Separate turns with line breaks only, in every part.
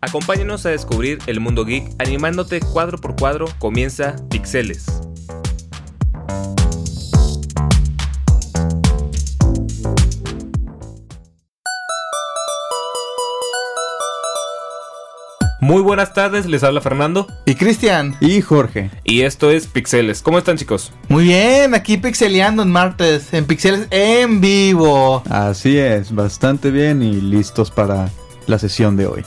Acompáñanos a descubrir el mundo geek animándote cuadro por cuadro. Comienza Pixeles. Muy buenas tardes, les habla Fernando
Y Cristian.
Y Jorge.
y esto es Pixeles. ¿Cómo están chicos?
Muy bien, aquí pixeleando en martes, en pixeles en vivo.
Así es, bastante bien y listos para la sesión de hoy.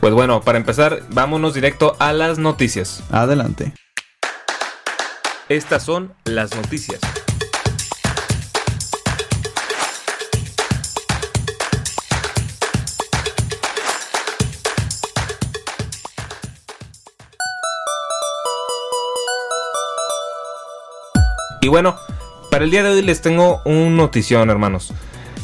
Pues bueno, para empezar, vámonos directo a las noticias.
Adelante.
Estas son las noticias. Y bueno, para el día de hoy les tengo un notición, hermanos.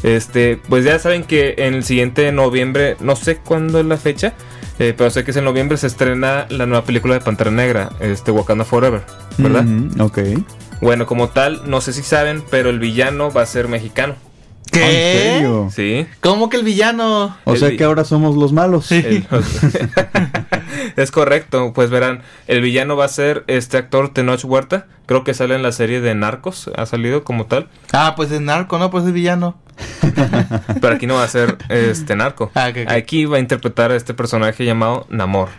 Este, pues ya saben que en el siguiente noviembre, no sé cuándo es la fecha, eh, pero sé que es en noviembre se estrena la nueva película de Pantera Negra, este Wakanda Forever, ¿verdad?
Mm-hmm.
Ujú, ok.
Bueno, como tal, no sé si saben, pero el villano va a ser mexicano.
Ah, ¿en
¿Qué?
serio?
Sí.
¿Cómo que el villano?
O
El
sea
vi-
que ahora somos los malos.
El- es correcto, pues verán, el villano va a ser este actor Tenoch Huerta, creo que sale en la serie de Narcos, ha salido como tal,
Ah, pues es narco, ¿no? Pues es villano.
pero aquí no va a ser este narco.
Ah, ok, ok.
Aquí va a interpretar a este personaje llamado Namor.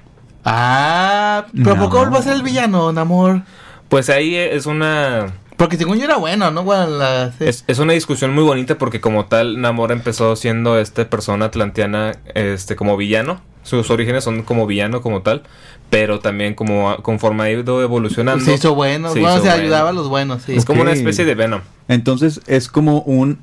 Ah, pero ¿por qué
No.
va a ser el villano, Namor?
Pues ahí es una
Porque según yo era bueno, ¿no? Bueno, la- sí.
es, es una discusión muy bonita porque como tal Namor empezó siendo esta persona atlanteana este como villano. Sus orígenes son como villano como tal, pero también como a- conforme ha ido evolucionando.
se hizo bueno.
se
bueno,
hizo
se
bueno.
ayudaba a los buenos, sí.
Es como una
Ok.
especie de Venom.
Entonces es como un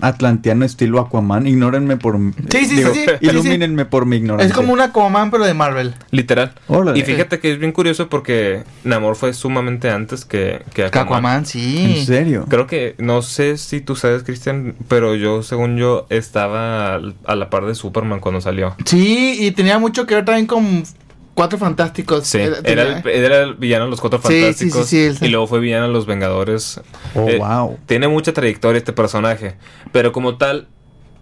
atlanteano estilo Aquaman. Ignórenme por mi-
Sí, sí, sí, sí, sí, sí.
Ilumínenme por mi ignorancia.
Es como un Aquaman, pero de Marvel.
Literal.
Órale.
Y fíjate que es bien curioso porque Namor fue sumamente antes que, que
Que
Aquaman.
Aquaman, sí.
¿En serio?
Creo que, no sé si tú sabes, Cristian, pero yo, según yo, estaba al- a la par de Superman cuando salió.
Sí, y tenía mucho que ver también con Cuatro Fantásticos.
Sí,
Era-
era,
tenía-
el, era el villano de los Cuatro
Eh, Sí, sí, sí,
Fantásticos.
sí, él sí.
Y luego fue villano de los Vengadores.
Mm.
Oh,
Eh,
wow.
Tiene mucha trayectoria este personaje. Pero como tal,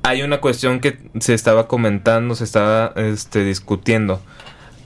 hay una cuestión que se estaba comentando, se estaba este, discutiendo.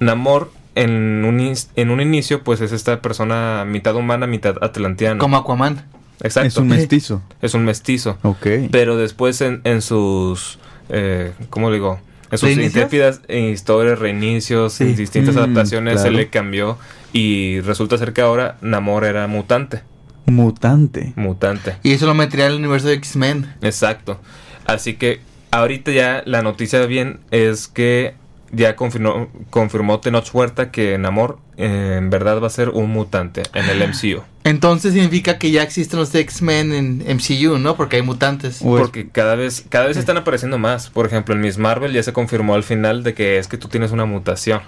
Namor, en un, ins- en un inicio, pues es esta persona mitad humana, mitad atlanteana.
Como Aquaman.
Exacto.
Es un
Eh.
mestizo.
mestizo.
Ok.
Pero después en, en sus. eh, ¿Cómo le digo? En sus
¿Reinicios?
intrépidas eh, historias, reinicios,
Sí.
distintas
Mm,
adaptaciones, se
claro.
le cambió. Y resulta ser que ahora Namor era mutante.
Mutante.
Mutante.
Y eso lo metería en el universo de X-Men.
Exacto. Así que ahorita ya la noticia bien es que ya confirmó, confirmó Tenoch Huerta que Namor eh, en verdad va a ser un mutante en el MCU.
Entonces significa que ya existen los X-Men en MCU, ¿no? Porque hay mutantes.
O es-
Porque cada vez, cada vez están apareciendo más. Por ejemplo, en Miss Marvel ya se confirmó al final de que es que tú tienes una mutación.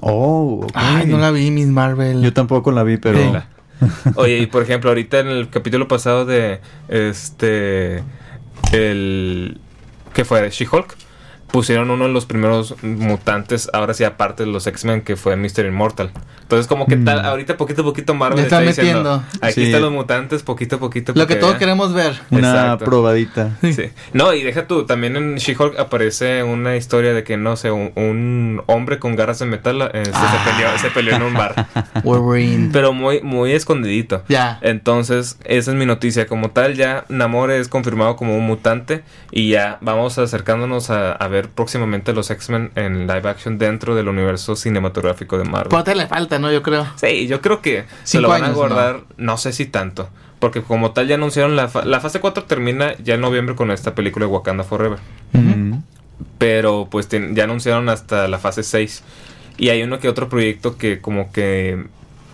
Oh, ok.
Ay, no la vi, Miss Marvel.
Yo tampoco la vi, pero.
Vela.
Oye, y por ejemplo, ahorita en el capítulo pasado de este el que fue She-Hulk pusieron uno de los primeros mutantes, ahora sí aparte de los X-Men que fue Mr. Immortal. Entonces, como que
Mm.
tal, ahorita poquito a poquito Marvel
Le
está,
están
diciendo,
metiendo.
aquí
Sí.
están los mutantes poquito a poquito.
lo que
porque
todos
ya-
queremos ver.
Una
Exacto.
probadita.
Sí. No, y deja tú, también en She-Hulk aparece una historia de que, no sé, un, un hombre con garras de metal eh, se-
Ah.
se, peleó, se peleó en un bar.
Wolverine.
Pero muy, muy escondidito.
ya.
Entonces, esa es mi noticia. Como tal, ya Namor es confirmado como un mutante. Y ya vamos acercándonos a, a ver próximamente los X-Men en live action dentro del universo cinematográfico de Marvel.
Pero te le falta, ¿no? Yo creo.
Sí, yo creo que se
Cinco
lo van a
años,
guardar, no. sé si tanto. Porque como tal ya anunciaron la, fa- la fase 4 termina ya en noviembre con esta película de Wakanda Forever.
Mm.
Pero pues ten- ya anunciaron hasta la fase 6. Y hay uno que otro proyecto que como que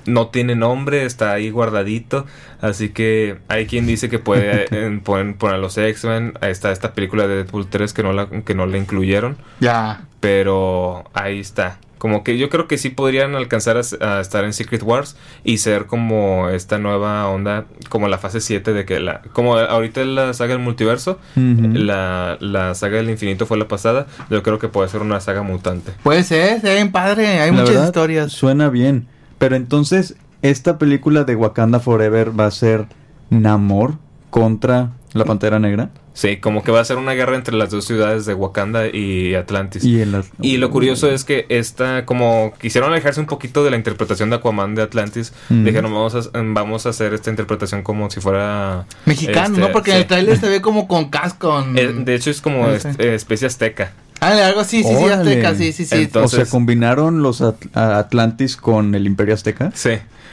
no tiene nombre, está ahí guardadito. Así que hay quien dice que puede eh, poner, poner a los X-Men. Ahí está esta película de Deadpool 3 que no la, que no la incluyeron.
Ya.
Pero ahí está. Como que yo creo que sí podrían alcanzar a, s- a estar en Secret Wars y ser como esta nueva onda, como la fase 7 de que la... Como ahorita la saga del multiverso,
Mm. Ujú.
la, la saga del infinito fue la pasada. Yo creo que puede ser una saga mutante.
Puede ser, se ven padre. Hay
La
muchas
verdad,
este,
historias.
Suena bien. Pero entonces, esta película de Wakanda Forever va a ser Namor contra La Pantera Negra.
Sí, como que va a ser una guerra entre las dos ciudades de Wakanda y Atlantis.
Y, el at-
Y lo curioso es que esta, como quisieron alejarse un poquito de la interpretación de Aquaman de Atlantis,
Mm.
dijeron vamos a, vamos a hacer esta interpretación como si fuera...
Mexicano,
este,
¿no? Porque en
sí.
el tráiler se ve como con casco. con-
Eh, de hecho es como
No sé.
es- eh, especie azteca.
Ah, algo así, sí, sí,
Órale.
azteca, sí, sí, sí.
Entonces-
o sea, combinaron los At- a Atlantis con el Imperio Azteca.
Sí,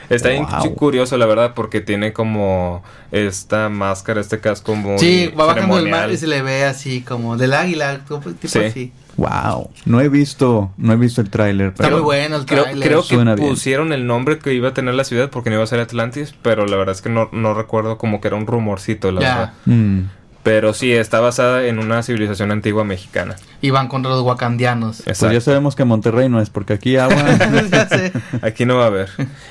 está bien
Wow.
chu- curioso la verdad porque tiene como esta máscara, este casco muy
sí, va bajando el mar
ceremonial.
y se le ve así como del águila, como tipo
Sí.
así.
Wow. No he visto, no he visto el tráiler.
Está
pero-
muy bueno el
Creo,
tráiler.
creo
Suena
que
bien.
pusieron el nombre que iba a tener la ciudad porque no iba a ser Atlantis, pero la verdad es que no, no recuerdo como que era un rumorcito, la
Ya.
verdad.
Mm.
Pero sí, está basada en una civilización antigua mexicana.
Y van contra los wakandianos.
Pues ya
Exacto.
sabemos que Monterrey no es porque aquí agua.
Ya sé.
Aquí no va a haber.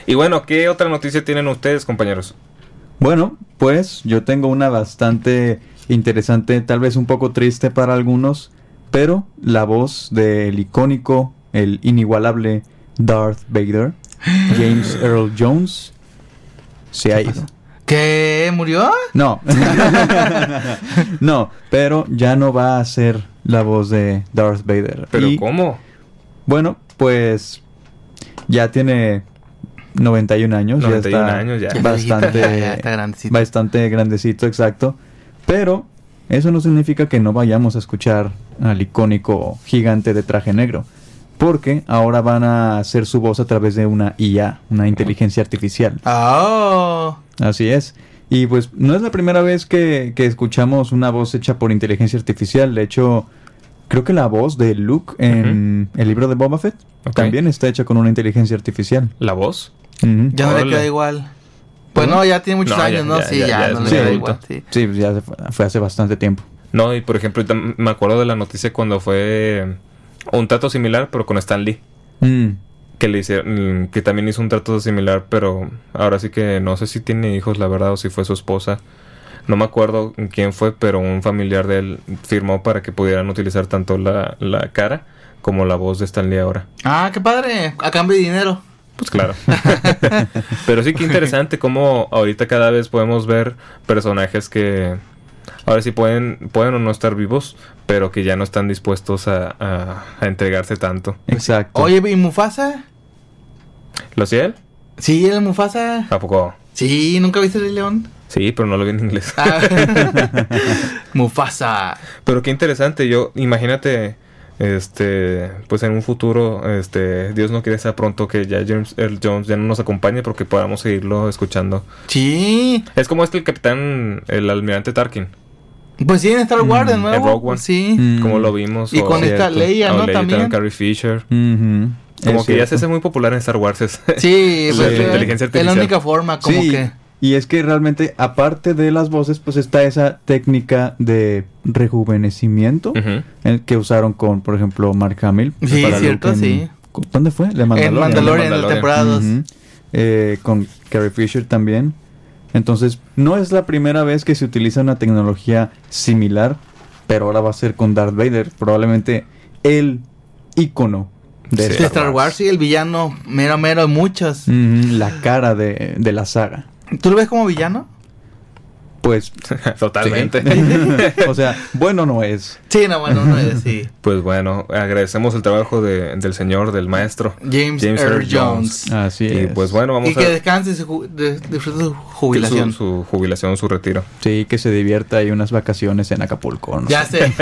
Y bueno, ¿qué otra noticia tienen ustedes, compañeros?
bueno, pues yo tengo una bastante interesante, tal vez un poco triste para algunos, pero la voz del icónico, el inigualable Darth Vader, James Earl Jones, se ha ido.
¿Qué? ¿Murió?
No, no, pero ya no va a ser la voz de Darth Vader.
¿Pero
Y,
cómo?
Bueno, pues ya tiene 91 años.
91
ya está
años ya.
Bastante,
Ya, ya está grandecito.
bastante grandecito, exacto. Pero eso no significa que no vayamos a escuchar al icónico gigante de traje negro. Porque ahora van a hacer su voz a través de una IA, una inteligencia artificial.
Ah, Oh.
Así es. Y pues no es la primera vez que, que escuchamos una voz hecha por inteligencia artificial. De hecho, creo que la voz de Luke en el libro de Boba Fett
Ok.
también está hecha con una inteligencia artificial.
¿La voz?
Ujú.
Ya no le
Órale.
queda igual. Pues no, ya tiene muchos
No, ya-
años, ¿no?
ya-
sí,
ya-
ya,
ya es
no le
muy
queda
adulto.
igual. Sí.
Sí, pues ya se fue, fue hace bastante tiempo.
No, y por ejemplo, ahorita m- me acuerdo de la noticia cuando fue un trato similar, pero con Stan Lee.
Pues
Mm.
Que le hicieron, mm, que también hizo un trato similar, pero ahora sí que no sé si tiene hijos, la verdad, o si fue su esposa. No me acuerdo quién fue, pero un familiar de él firmó para que pudieran utilizar tanto la, la cara como la voz de Stan Lee ahora.
Ah, qué padre. A cambio de dinero.
Pues claro. Pero sí que interesante cómo ahorita cada vez podemos ver personajes que ahora sí pueden, pueden o no estar vivos, pero que ya no están dispuestos a, a- a entregarse tanto.
Exacto.
Oye, ¿y Mufasa?
¿Lo hacía él?
Sí, el Mufasa.
¿A poco?
Sí, ¿nunca viste el Rey León?
Sí, pero no lo vi en inglés.
Ah. Mufasa.
Pero qué interesante, yo, imagínate, este, pues en un futuro, este, Dios no quiere sea pronto que ya James Earl Jones ya no nos acompañe porque podamos seguirlo escuchando.
Sí.
Es como este el capitán, el almirante Tarkin.
Pues sí, en Star Wars de
Mm,
nuevo.
en Rogue One.
Sí.
Mm.
como lo vimos.
Y con esta Leia,
o
¿no? También.
Carrie Fisher.
Ujú.
Como
Es
que ya se
cierto.
hace muy popular en Star Wars. es-
Sí,
La
pues, eh,
inteligencia
es la
artificial.
única forma, como
Sí,
que.
Y es que realmente, aparte de las voces, pues está esa técnica de rejuvenecimiento.
Ujú.
El que usaron con, por ejemplo, Mark Hamill.
Sí,
Para
cierto,
Luke en-
sí.
cu- ¿Dónde fue? Le
En Mandalorian, en
Mandalorian.
las temporadas.
con Carrie Fisher también. Entonces, no es la primera vez que se utiliza una tecnología similar, pero ahora va a ser con Darth Vader, probablemente el ícono de
Sí.
De
Star
Star
Wars.
Wars, sí, el villano mero mero de muchos.
Ujú, la cara de, de la saga.
¿Tú lo ves como villano?
Pues,
Totalmente.
o sea, bueno no es.
Sí, no, bueno, no es, sí.
Pues bueno, agradecemos el trabajo de- del señor, del maestro.
James,
James
Earl
Earl
Jones.
Así
Y
es.
pues bueno, vamos
Y
a
que descanse y se ju- de- disfrute su
su,
jubilación.
su jubilación, su retiro.
Sí, que se divierta y unas vacaciones en Acapulco. ¿no?
Ya sé.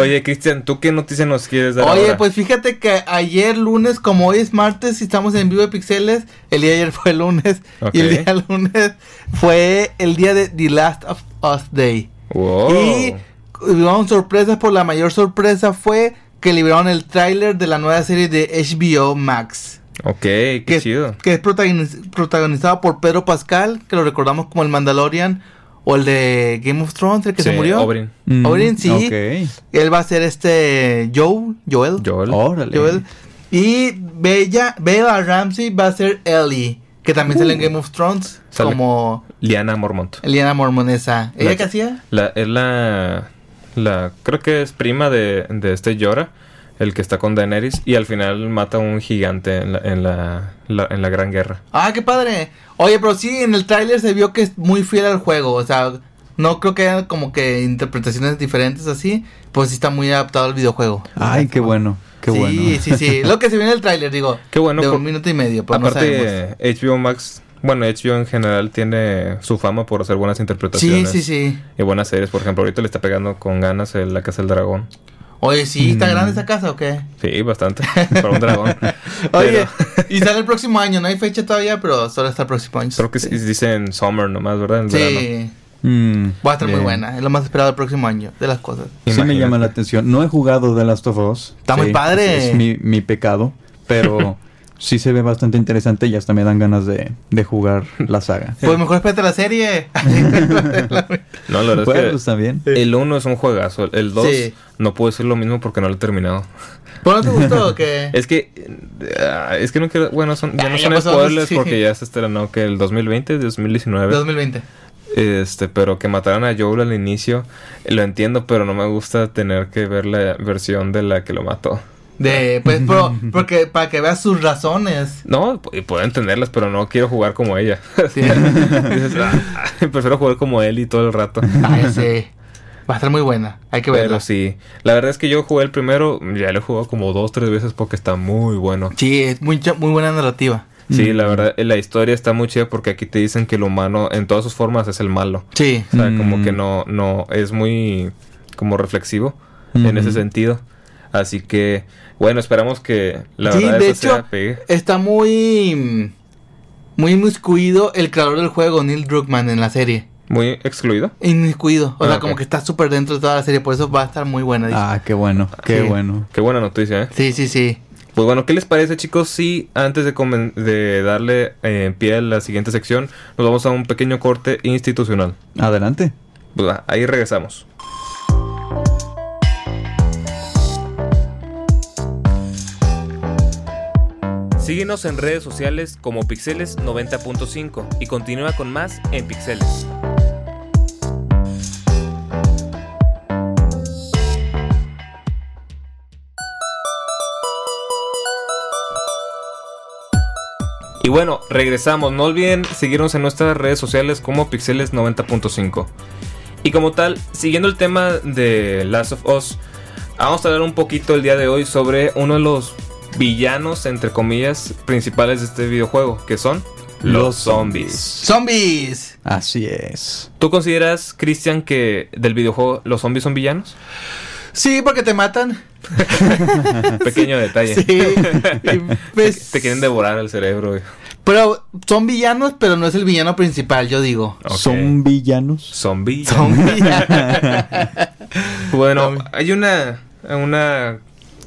Oye, Cristian, ¿tú qué noticia nos quieres dar
Oye,
ahora?
pues fíjate que ayer lunes, como hoy es martes y estamos en vivo de Pixeles, el día de ayer fue lunes. Y el
Ok.
día lunes fue el día de The Last of Us Day.
Wow.
Y tuvieron sorpresas, por la mayor sorpresa fue que liberaron el tráiler de la nueva serie de HBO Max.
Ok, qué
que,
chido.
que es protagoniz- protagonizado por Pedro Pascal, que lo recordamos como el Mandalorian o el de Game of Thrones, el que se
Sí,
murió.
Oberyn,
Mm,
Orin, sí.
ok.
Él va a ser este Joe, Joel.
Joel.
Órale.
Joel. Y Bella, Bella Ramsey va a ser Ellie, que también sale en Game of Thrones
Uh. Sale.
como
Liana Mormont.
Eliana Mormonesa. ¿Ella
La-
qué hacía?
La, es la, la. Creo que es prima de, de este Yora, el que está con Daenerys, y al final mata a un gigante en la, en la, la- en la Gran Guerra.
Ah, qué padre. Oye, pero sí, en el tráiler se vio que es muy fiel al juego. O sea, No creo que haya como que interpretaciones diferentes así. Pues sí está muy adaptado al videojuego.
Ay, qué bueno, qué
sí,
bueno.
sí, sí. Lo que se viene en el tráiler, digo.
Qué bueno,
De
por-
un minuto y medio, pero Pues no sabemos.
Aparte, HBO Max, bueno, HBO en general tiene su fama por hacer buenas
Sí,
interpretaciones.
sí, sí.
Y buenas series, por ejemplo, ahorita le está pegando con ganas el La Casa del Dragón.
Oye, sí, ¿está
Mm.
grande esa casa o qué?
Sí, bastante. Para un dragón.
Oye,
Pero-
y sale el próximo año, no hay fecha todavía, pero solo hasta el próximo año.
Creo que sí dicen summer nomás, ¿verdad? En verano.
Este Sí,
Mm,
va a estar muy
bien.
buena, es lo más esperado el próximo año de las cosas.
Sí me
Imagínate.
llama la atención. No he jugado The Last of Us.
Está muy
Sí,
padre.
ese Es mi, mi pecado. Pero sí se ve bastante interesante y hasta me dan ganas de, de jugar la saga.
Pues mejor espérate la serie.
No, la verdad
Bueno,
es
pues también.
que el 1 es un juegazo. El 2
ah, Sí.
no puedo decir lo mismo porque no lo he terminado.
¿Pero no te gustó o qué?
Es que. ah, es que no quiero. Bueno, son, ya
Ah,
no
Eh. ya
son
pasó,
spoilers
sí.
porque ya se estrenó que el 2020, 2019.
2020.
Este, pero que mataran a Joel al inicio, lo entiendo, pero no me gusta tener que ver la versión de la que lo mató.
De, pues, pero, porque para que veas sus razones.
No, p- y puedo entenderlas, pero no quiero jugar como ella.
Sí.
Dices, "Ah, prefiero jugar como él y todo el rato.
Ay, sí. Ah, Va a estar muy buena, hay que verla.
Pero sí, la verdad es que yo jugué el primero, ya lo he jugado como dos, tres veces porque está muy bueno.
Sí, es muy, muy buena narrativa.
Sí,
Mm.
la verdad, eh, la historia está muy chida porque aquí te dicen que el humano en todas sus formas es el malo.
Sí.
O sea,
Mm.
como que no, no, es muy como reflexivo en
Ujú.
ese sentido. Así que, bueno, esperamos que la
Sí,
verdad
de
esa
hecho,
sea pegue.
Está muy. Muy inmiscuido el creador del juego, Neil Druckmann, en la serie.
Muy excluido.
Inmiscuido. O
Ah,
sea,
ok.
como que está súper dentro de toda la serie, por eso va a estar muy buena. dice.
Ah, qué bueno, qué
Sí.
bueno.
Qué buena noticia, ¿eh?
Sí, sí, sí.
Pues bueno, ¿qué les parece, chicos? Si antes de, comen- de darle eh, pie a la siguiente sección, nos vamos a un pequeño corte institucional.
Adelante.
Pues, ah, ahí regresamos. Síguenos en redes sociales como Pixeles 90.5 y continúa con más en Pixeles. Y bueno, regresamos. No olviden seguirnos en nuestras redes sociales como Pixeles 90.5. Y como tal, siguiendo el tema de Last of Us, vamos a hablar un poquito el día de hoy sobre uno de los villanos, entre comillas, principales de este videojuego, que son los zombies.
¡Zombies!
Así es.
¿Tú consideras, Cristian, que del videojuego los zombies son villanos?
Sí, porque te matan.
Pequeño detalle.
Sí. Y, pues,
eh. Te quieren devorar el cerebro. güey.
Pero son villanos, pero no es el villano principal, yo digo.
Ok.
Son villanos.
Son villanos.
Son villanos.
Bueno,
Zombie.
hay una, una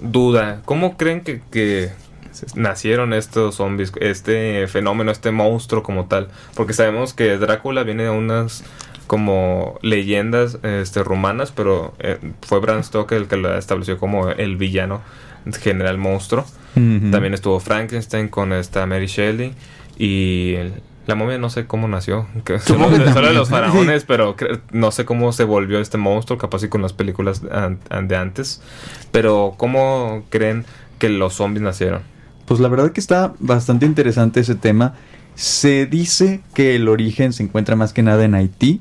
duda. ¿Cómo creen que, que nacieron estos zombies, este fenómeno, este monstruo como tal? Porque sabemos que Drácula viene de unas como leyendas este, rumanas, pero eh, fue Bram Stoker el que lo estableció como el villano general monstruo.
Ujú.
También estuvo Frankenstein con esta Mary Shelley y el- la momia no sé cómo nació, que solo,
que
solo de
también.
los faraones, pero cre- no sé cómo se volvió este monstruo, capaz y con las películas an- an- de antes. Pero ¿cómo creen que los zombies nacieron?
Pues la verdad que está bastante interesante ese tema. Se dice que el origen se encuentra más que nada en Haití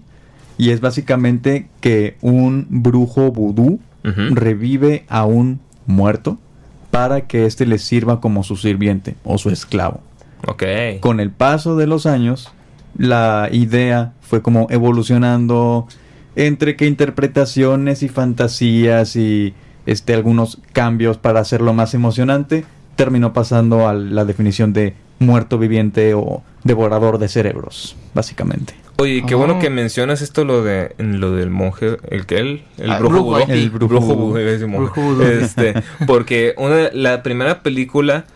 y es básicamente que un brujo vudú
Ujú.
revive a un muerto para que éste le sirva como su sirviente o su esclavo.
Ok.
Con el paso de los años, la idea fue como evolucionando entre que interpretaciones y fantasías y este, algunos cambios para hacerlo más emocionante, terminó pasando a la definición de muerto viviente o devorador de cerebros, básicamente.
Oye, y qué
Ah.
bueno que mencionas esto lo de lo del monje, el que él, el
Ah,
brujo
brujo
vudú.
haití.
El brujo
Brujo
vudú.
vudú, iba a decir monje.
Brujo vudú.
Este, porque una de- la primera película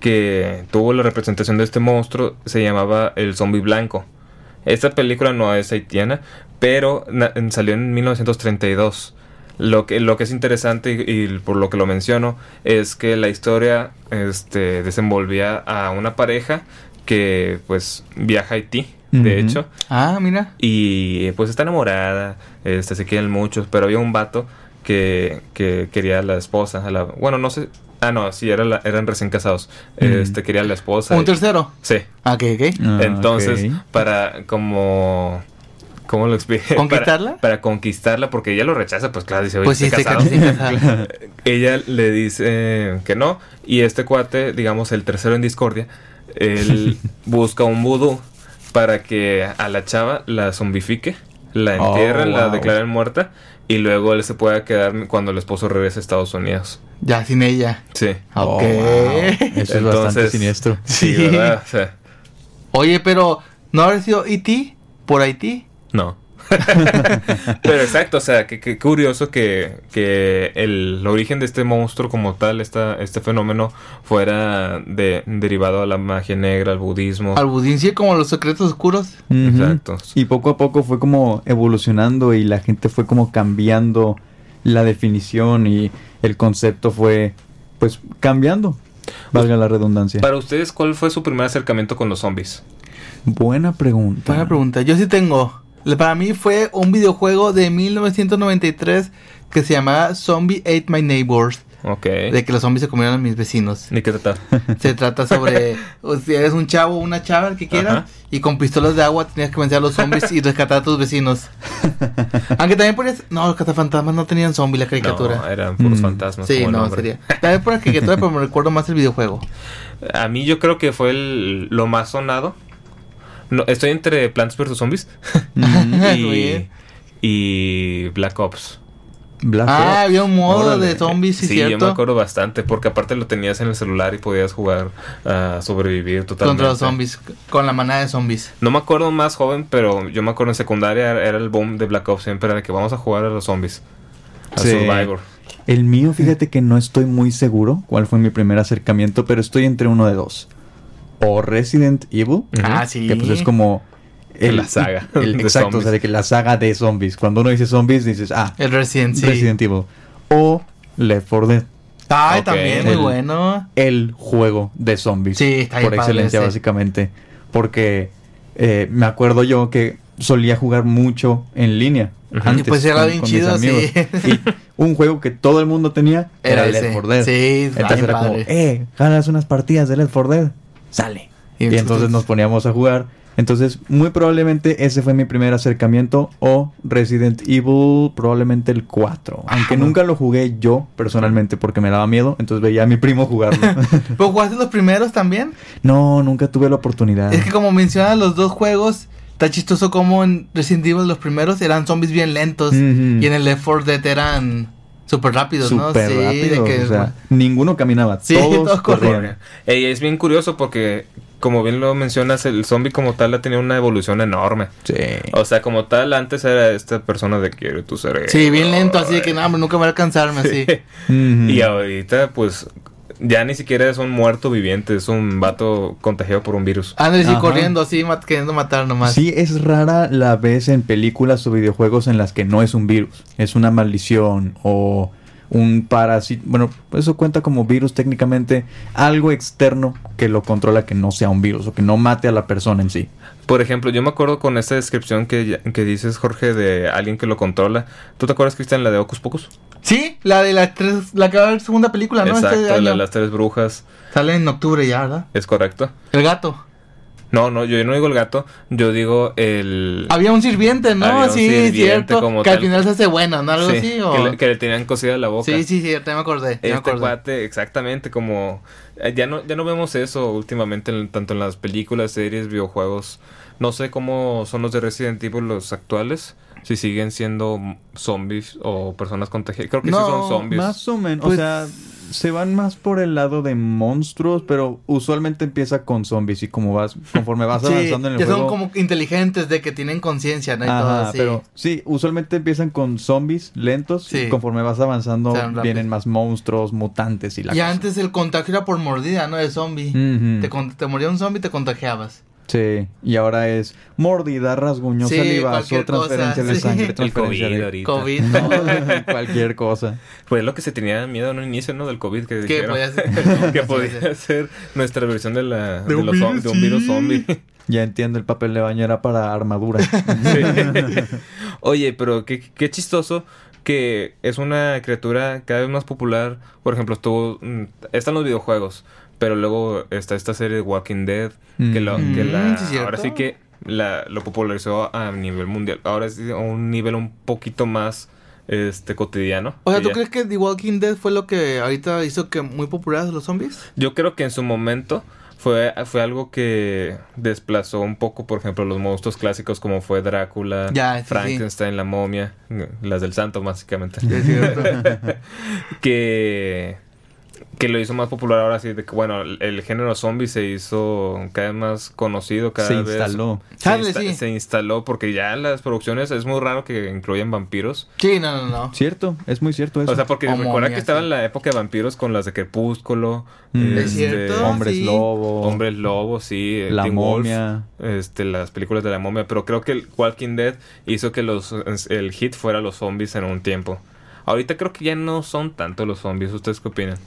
que tuvo la representación de este monstruo se llamaba El zombie blanco. Esta película no es haitiana, pero na- en- salió en 1932. Lo que, lo que es interesante y, y por lo que lo menciono es que la historia este, desenvolvía a una pareja que pues viaja a Haití, de
Ujú.
hecho,
Ah, mira.
y pues está enamorada, este, se quieren muchos, pero había un vato que, que quería a la esposa, a la, bueno, no sé, ah, no, sí, era la- eran recién casados,
Mm.
este, quería a la esposa.
Un tercero.
sí,
Ah, ok, ok.
Ah,
entonces,
ok.
para como ¿Cómo lo expliqué?
¿Conquistarla?
Para, para conquistarla, porque ella lo rechaza, pues claro, dice, oye,
Pues sí,
estoy
se
casado.
casado.
Ella le dice eh, que no, y este cuate, digamos, el tercero en discordia, él busca un vudú para que a la chava la zombifique, la
Oh,
entierren, la
wow.
declaren muerta, y luego él se pueda quedar cuando el esposo regrese a Estados Unidos.
Ya sin ella.
Sí.
Oh,
Ok.
wow. Eso es bastante
Entonces-
siniestro.
Sí,
Sí.
¿verdad? O sea,
Oye, pero ¿no habrá sido E.T. por E Haití?
no. Pero exacto, o sea, que, que curioso que, que el, origen de este monstruo como tal, esta, este fenómeno, fuera de, derivado a la magia negra, al budismo.
Al budín sí, como los secretos oscuros.
Ujú.
Exacto.
Y poco a poco fue como evolucionando y la gente fue como cambiando la definición y el concepto fue pues cambiando. Valga la redundancia.
Para ustedes, ¿cuál fue su primer acercamiento con los zombies?
Buena pregunta.
Buena pregunta. Yo sí tengo. La- Para mí fue un videojuego de 1993 que se llamaba Zombie Ate My Neighbors.
Ok.
De que los zombies se comieron a mis vecinos.
Ni qué tratar.
Se trata sobre o si eres un chavo o una chava, el que quieras,
Ajá.
y con pistolas de agua tenías que vencer a los zombies y rescatar a tus vecinos. Aunque también ponías. No, los cazafantasmas no tenían zombie la caricatura.
No, eran puros
Mm.
fantasmas.
sí,
como el
no,
nombre.
sería. También por la caricatura, pero me recuerdo más el videojuego.
A mí yo creo que fue el, lo más sonado. No, estoy entre Plants vs. Zombies
Ujú.
Muy
y,
bien.
y Black Ops.
Black
ah,
Ops.
había un modo
Órale.
de zombies, sí,
yo me
cierto.
acuerdo bastante, porque aparte lo tenías en el celular y podías jugar a sobrevivir totalmente.
Contra los zombies, con la manada de zombies.
No me acuerdo más joven, pero yo me acuerdo en secundaria era- era el boom de Black Ops, siempre era que vamos a jugar a los zombies. A
Sí.
Survivor.
El mío, fíjate que no estoy muy seguro cuál fue mi primer acercamiento, pero estoy entre uno de dos. O Resident Evil,
Ujú.
Ah, sí.
que pues es como...
La saga
el-
de
exacto, o sea, de que la saga de zombies. Cuando uno dice zombies, dices, ah,
El Resident, sí.
Resident Evil. O Left 4 Dead,
Ay,
Ok.
también, muy
El-
bueno.
el juego de zombies.
Sí, está bien
Por
padre
excelencia,
ese.
básicamente. Porque eh, me acuerdo yo que solía jugar mucho en línea.
Ujú.
Antes,
Y pues era
con-
bien
con mis
chido, sí.
amigos. Y un juego que todo el mundo tenía era,
Era
Left
ese.
4 Dead.
Sí, está
entonces
bien
era como,
padre.
eh, jalas unas partidas de Left 4 Dead, sale.
Y
Y,
entonces-
entonces nos poníamos a jugar. Entonces, muy probablemente ese fue mi primer acercamiento o Resident Evil, probablemente el 4.
Ah,
Aunque nunca lo jugué yo personalmente porque me daba miedo, entonces veía a mi primo jugarlo.
¿Pero jugaste los primeros también?
no, nunca tuve la oportunidad.
Es que como mencionan los dos juegos, está chistoso como en Resident Evil los primeros eran zombies bien lentos
Ujú.
y en el Left 4 Dead eran súper rápidos, ¿no?
Súper
Sí,
rápido,
de que-
o sea, ninguno caminaba,
Sí,
todos,
todos corrían.
corrían.
Ey, es bien curioso porque, como bien lo mencionas, el zombie como tal ha tenido una evolución enorme.
Sí.
O sea, como tal, antes era esta persona de quiere tu cerebro.
sí, bien lento, así de que Mm. no, hombre, nunca me voy a alcanzarme, así.
Ujú.
Y ahorita, pues, ya ni siquiera es un muerto viviente, es un vato contagiado por un virus.
Andrés y
Ajá.
corriendo así, mat- queriendo matar nomás.
Sí, es rara la vez en películas o videojuegos en las que no es un virus, es una maldición o un parásito. Bueno, eso cuenta como virus técnicamente, algo externo que lo controla que no sea un virus o que no mate a la persona en sí.
Por ejemplo, yo me acuerdo con esta descripción que, ya- que dices, Jorge, de alguien que lo controla. ¿Tú te acuerdas, Cristian, la de Ocus Pocus?
Sí, la de las tres, la que va a haber segunda película, ¿no?
Exacto,
Este
la
año.
de las tres brujas.
Sale en octubre ya, ¿verdad?
¿Es correcto?
El gato.
No, no, yo no digo el gato, yo digo el...
Había un sirviente, ¿no?
Había un
sí,
sirviente
cierto.
como
Que al
tal.
final se hace bueno, ¿no? Algo
Sí,
así. o-
que, le, que le tenían cosida la boca.
Sí, sí, sí, ya me acordé. Ya me
Este
acordé.
cuate, exactamente, como eh, ya no, ya no vemos eso últimamente, en- tanto en las películas, series, videojuegos. No sé cómo son los de Resident Evil los actuales, si siguen siendo mm, zombies o personas contagiadas. Creo que sí
No,
son zombies.
Más o menos,
Pues-
o sea, se van más por el lado de monstruos, pero usualmente empieza con zombies y como vas, conforme vas
Sí,
avanzando en el
ya
juego.
son como inteligentes de que tienen conciencia, ¿no? Y todo
Ajá,
así.
pero sí, usualmente empiezan con zombies lentos
Sí.
y conforme vas avanzando
Se van rápido.
vienen más monstruos, mutantes y la
y
cosa.
antes el contagio era por mordida, ¿no? De zombie.
Ujú.
te, con- te moría un zombie y te contagiabas.
Sí, y ahora es mordida, rasguño,
Sí,
salivazo,
cualquier
transferencia
cosa,
de
sí.
sangre,
El
transferencia
COVID
de...
ahorita.
COVID, ¿no?
cualquier cosa.
Pues lo que se tenía miedo en un inicio, ¿no? Del COVID que,
que
dijeron
podía ser.
que podía ser nuestra versión de la
De
de
un
los zom-
virus,
de un virus
sí.
zombie.
Ya entiendo, el papel de baño era para armadura.
Sí. Oye, pero qué, qué chistoso que es una criatura cada vez más popular. Por ejemplo, estuvo, mm, están los videojuegos, pero luego está esta serie de Walking Dead, que, la-
Mm.
que la-
Mm, sí, cierto.
ahora sí que la, lo popularizó a nivel mundial. Ahora es a un nivel un poquito más este cotidiano.
O sea,
Y
¿tú
ya.
crees que The Walking Dead fue lo que ahorita hizo que muy populares los zombies?
Yo creo que en su momento fue, fue algo que desplazó un poco, por ejemplo, los monstruos clásicos como fue Drácula,
Ya, sí, sí.
Frankenstein, la momia, las del santo básicamente.
Es cierto.
que que lo hizo más popular ahora sí de que bueno el, el género zombie se hizo cada vez más conocido cada
se
vez
instaló.
se,
Chale,
insta-
sí.
se instaló porque ya las producciones es muy raro que incluyan vampiros
Sí, no, no, no.
Cierto, es muy cierto eso.
o sea porque
Pues, O
recuerda
momias,
que estaba
sí.
en la época de vampiros con las de Crepúsculo este,
Mm.
Es cierto.
Hombres
sí.
lobo,
hombres lobos sí pues, eh,
la
Teen Wolf,
momia.
este las películas de la momia pero creo que el Walking Dead hizo que los el hit fuera los zombies en un tiempo ahorita creo que ya no son tanto los zombies ustedes qué opinan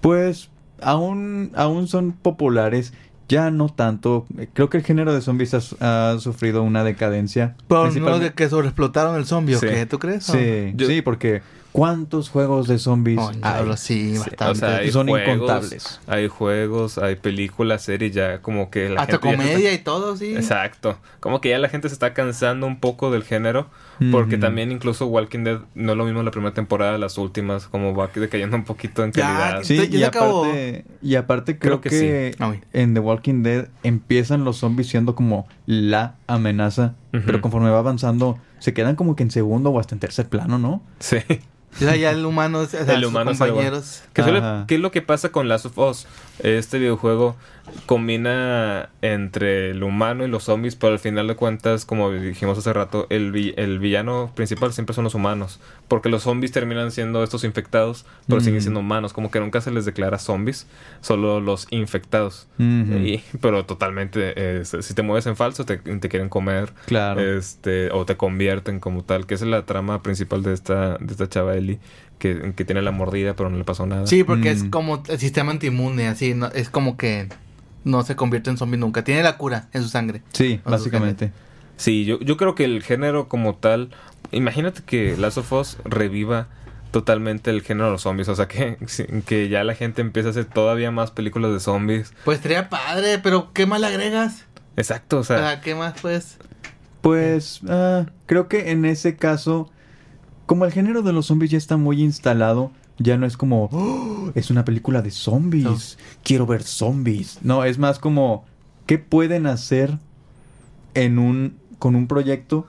Pues aún, aún son populares, ya no tanto. Creo que el género de zombies ha su- ha, sufrido una decadencia.
Pero no
principalmente-
de que sobreexplotaron el zombie, ¿o
Sí.
qué? ¿Tú crees?
Sí,
Yo-
sí, porque ¿cuántos juegos de zombies
Coño,
hay?
hablo Oh, sí,
Sí,
bastante.
o sea, hay
Son
juegos,
incontables.
Hay juegos, hay películas, series, ya como que la
Hasta
gente ya se
comedia y todo, sí.
está- Exacto. Como que ya la gente se está cansando un poco del género. Porque
Ujú.
también incluso Walking Dead no es lo mismo la primera temporada, las últimas, como va decayendo un poquito en
Ya,
calidad.
que-
Sí,
Entonces, ya
y
se acabó.
aparte, y aparte
Creo
creo, que,
que
Ah, uy.
en The Walking Dead empiezan los zombies siendo como la amenaza,
Ujú.
pero conforme va avanzando se quedan como que en segundo o hasta en tercer plano, ¿no?
Sí.
O sea, ya el humano, o sea,
El
sus
humano se lo-
compañeros.
Que suele-
Ajá.
¿Qué es lo que pasa con Last of Us? Este videojuego combina entre el humano y los zombies, pero al final de cuentas, como dijimos hace rato, el, vi- el villano principal siempre son los humanos. Porque los zombies terminan siendo estos infectados, pero
Mm.
siguen siendo humanos. Como que nunca se les declara zombies, solo los infectados.
Ujú.
Y- pero totalmente, eh, si te mueves en falso, te, te quieren comer.
Claro.
Este, o te convierten como tal, que esa es la trama principal de esta, de esta chava Ellie, que, que tiene la mordida, pero no le pasó nada.
Sí, porque es
Mm.
como el sistema antiinmune, así. No, es como que no se convierte en zombie nunca. Tiene la cura en su sangre.
Sí,
O
básicamente.
Sí, yo, yo creo que el género como tal, imagínate que Last of Us reviva totalmente el género de los zombies, o sea que, que ya la gente empieza a hacer todavía más películas de zombies.
Pues sería padre, pero ¿qué más le agregas?
Exacto, o
O
sea,
sea, ¿qué más pues?
Pues ah, creo que en ese caso, como el género de los zombies ya está muy instalado, ya no es como, "Oh, es una película de zombies,
No.
quiero ver zombies. No, es más como, ¿qué pueden hacer en un, con un proyecto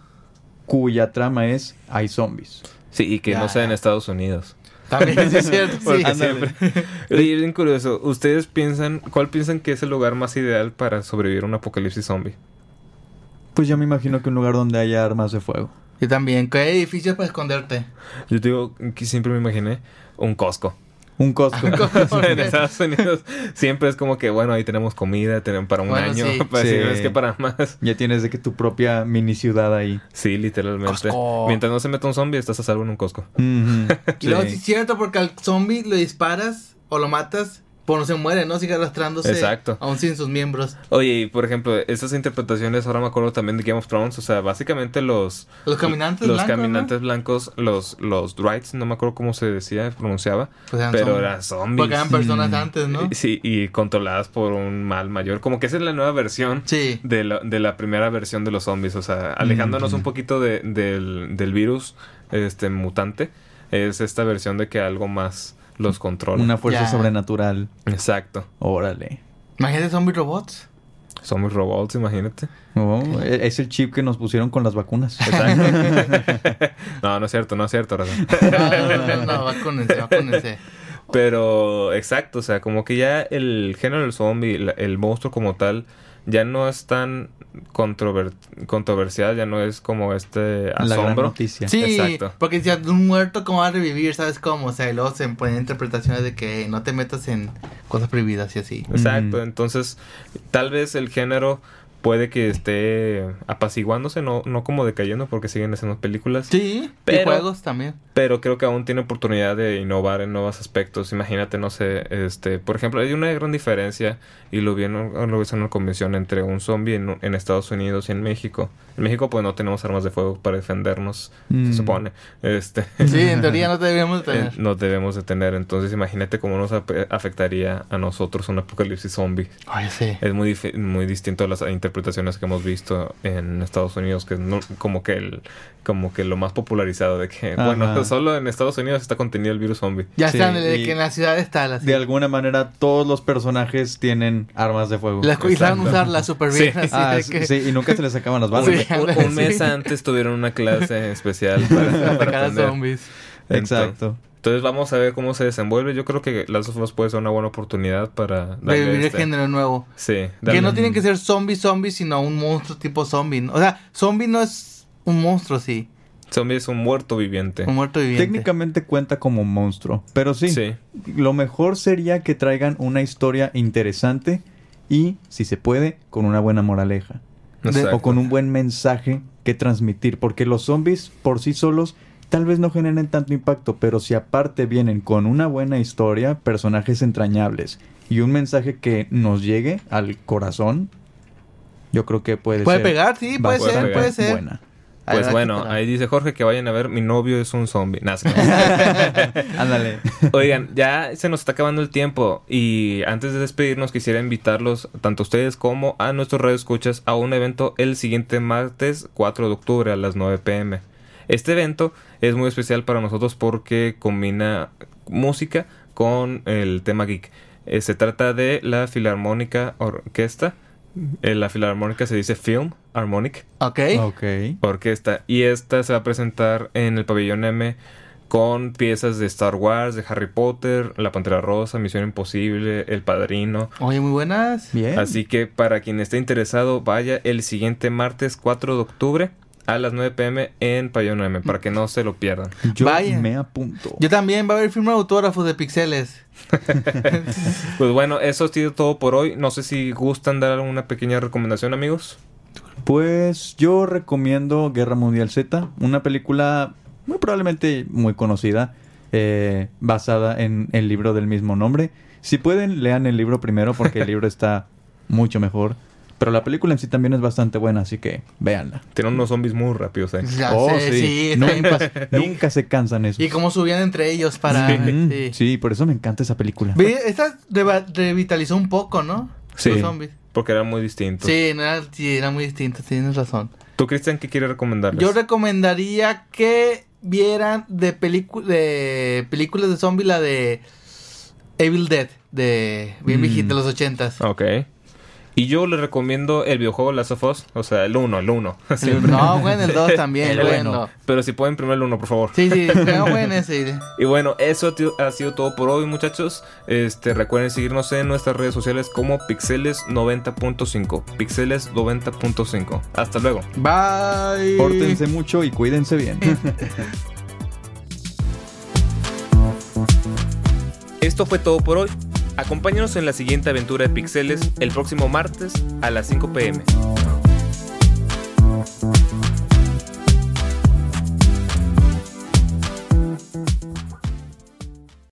cuya trama es, hay zombies?
sí, y que
Ya,
no sea en
ya.
Estados Unidos.
También sí es cierto, sí.
Porque
Pues, ándale.
siempre.
Eh,
Oye, es bien curioso, ¿ustedes piensan, cuál piensan que es el lugar más ideal para sobrevivir a un apocalipsis zombie?
Pues yo me imagino que un lugar donde haya armas de fuego.
Yo también. ¿Qué edificios para esconderte?
Yo te digo que siempre me imaginé un Costco.
Un Costco.
en Estados Unidos siempre es como que, bueno, ahí tenemos comida tenemos para un
Bueno,
año,
sí.
para
Sí.
si no es que para más.
ya tienes de que tu propia mini ciudad ahí.
Sí, literalmente.
Costco.
Mientras no se meta un zombie, estás a salvo en un Costco.
Ujú,
Y luego sí
sí.
es cierto, porque al zombie lo disparas o lo matas, pues no se muere, ¿no? Sigue arrastrándose.
Exacto.
Aún sin sus miembros.
Oye, y por ejemplo, estas interpretaciones ahora me acuerdo también de Game of Thrones. O sea, básicamente los.
Los caminantes
Los
blancos,
caminantes blancos, los, los Drights, no me acuerdo cómo se decía, pronunciaba.
¿no? Pues eran
pero
zombies.
eran zombies.
Porque eran personas
Mm.
antes, ¿no?
Y- Sí, y controladas por un mal mayor. Como que esa es la nueva versión.
Sí.
de la, de la primera versión de los zombies. O sea, alejándonos
Mm.
un poquito de- del, del virus este mutante, es esta versión de que algo más los controla.
Una fuerza
Ya.
sobrenatural.
Exacto.
Órale.
Imagínate zombie robots.
Somos robots, imagínate.
Oh, e- es el chip que nos pusieron con las vacunas.
Exacto. no, no es cierto, no es cierto, Raza.
No, no, no, no, vacúnense, vacúnense.
Pero, exacto, o sea, como que ya el género del zombie, la- el monstruo como tal, ya no es tan controver- controversial, ya no es como este
La gran
asombro.
noticia.
Sí,
Exacto.
porque si a un muerto, ¿cómo va a revivir? ¿Sabes cómo? O sea, y luego se ponen interpretaciones de que "Hey, no te metas en cosas prohibidas y así.
Exacto,
Ujú.
entonces tal vez el género puede que esté apaciguándose, no, no como decayendo porque siguen haciendo películas,
Sí, y
Pero-
juegos también.
pero creo que aún tiene oportunidad de innovar en nuevos aspectos. Imagínate, no sé, este, por ejemplo, hay una gran diferencia y lo vi en, un- lo vi en una convención entre un zombie en, en Estados Unidos y en México. En México pues no tenemos armas de fuego para defendernos,
Mm.
se supone. Este,
Sí, en teoría no deberíamos
eh,
tener.
nos debemos de tener, entonces imagínate cómo nos ape- afectaría a nosotros un apocalipsis zombie.
Ay, sí.
Es muy, dif- muy distinto a las interpretaciones que hemos visto en Estados Unidos, que es no- como que el, como que lo más popularizado de que,
Ajá.
bueno, solo en Estados Unidos está contenido el virus zombie.
Ya
Sí,
están, de
y-
que en la ciudad está la
De alguna manera, todos los personajes tienen armas de fuego.
Las y saben
Exacto.
usarla súper bien.
Sí.
Así
Ah,
de
sí,
que,
sí, y nunca se les sacaban las balas.
Sí.
güey.
Un, un mes
Sí.
antes tuvieron una clase especial para, para
Atacar a
aprender.
zombies.
Exacto.
Entonces vamos a ver cómo se desenvuelve. Yo creo que Last of Us puede ser una buena oportunidad para darle
Revivir el
este-
género nuevo.
Sí,
Que
darle
no
un-
tienen que ser zombie zombies, sino un monstruo tipo zombie. ¿no? O sea, zombie no es un monstruo, sí.
Zombie es un muerto viviente.
Un muerto viviente.
Técnicamente cuenta como un monstruo, pero sí,
Sí.
lo mejor sería que traigan una historia interesante y, si se puede, con una buena moraleja
exacto.
o con un buen mensaje que transmitir, porque los zombies por sí solos tal vez no generen tanto impacto, pero si aparte vienen con una buena historia, personajes entrañables y un mensaje que nos llegue al corazón, yo creo que puede,
Puede
ser
pegar, sí, puede
Puede
ser,
pegar.
puede ser.
buena.
Habrá
Pues
que
bueno,
esperar.
ahí dice Jorge que vayan a ver Mi novio es un zombie. Nah, se me-
Ándale.
Oigan, ya se nos está acabando el tiempo y antes de despedirnos quisiera invitarlos, tanto a ustedes como a nuestros radioescuchas, a un evento el siguiente martes 4 de octubre a las 9 pm. Este evento es muy especial para nosotros porque combina música con el tema geek. Eh, se trata de la Filarmónica Orquesta. Eh, la Filarmónica se dice Film Harmonic
Ok.
Ok.
orquesta. Y esta se va a presentar en el pabellón M con piezas de Star Wars, de Harry Potter, La Pantera Rosa, Misión Imposible, El Padrino.
Oye, muy buenas.
Bien.
Así que para quien esté interesado, vaya el siguiente martes 4 de octubre a las 9 pm en pabellón M para que no se lo pierdan.
Yo
Vaya.
me apunto.
Yo también, va a haber firma de autógrafos de pixeles.
Pues bueno, eso ha sido todo por hoy. No sé si gustan dar alguna pequeña recomendación, amigos.
Pues yo recomiendo Guerra Mundial Z, una película muy probablemente muy conocida, eh, basada en el libro del mismo nombre. Si pueden, lean el libro primero porque el libro está mucho mejor. Pero la película en sí también es bastante buena, así que véanla.
Tienen unos zombies muy rápidos, eh.
Ya
Oh,
sé, sí. está bien
nunca,
pas-
nunca se cansan esos.
y cómo subían entre ellos para...
Mm,
sí.
sí, por eso me encanta esa película.
Ve, Esta reva- revitalizó un poco, ¿no?
Sí.
Los zombies.
Porque eran muy distintos.
Sí, no era, sí, era muy distinto, tienes razón.
¿Tú, Cristian, qué quieres recomendarles?
Yo recomendaría que vieran de, pelicu- de películas de zombie la de Evil Dead, de bien
Mm.
viejita, de los ochentas.
Ok. Y yo le recomiendo el videojuego Last of Us, o sea, el 1, el 1.
No, bueno, el 2 también,
El
bueno.
bueno.
Pero si pueden primero el 1, por favor.
Sí, sí, no, bueno, ese.
Y bueno, eso ha ti- ha sido todo por hoy, muchachos. Este, recuerden seguirnos en nuestras redes sociales como Pixeles90.5. Pixeles90.5. Hasta luego.
Bye.
Pórtense mucho y cuídense bien.
Esto fue todo por hoy. Acompáñanos en la siguiente aventura de Pixeles el próximo martes a las 5 pm.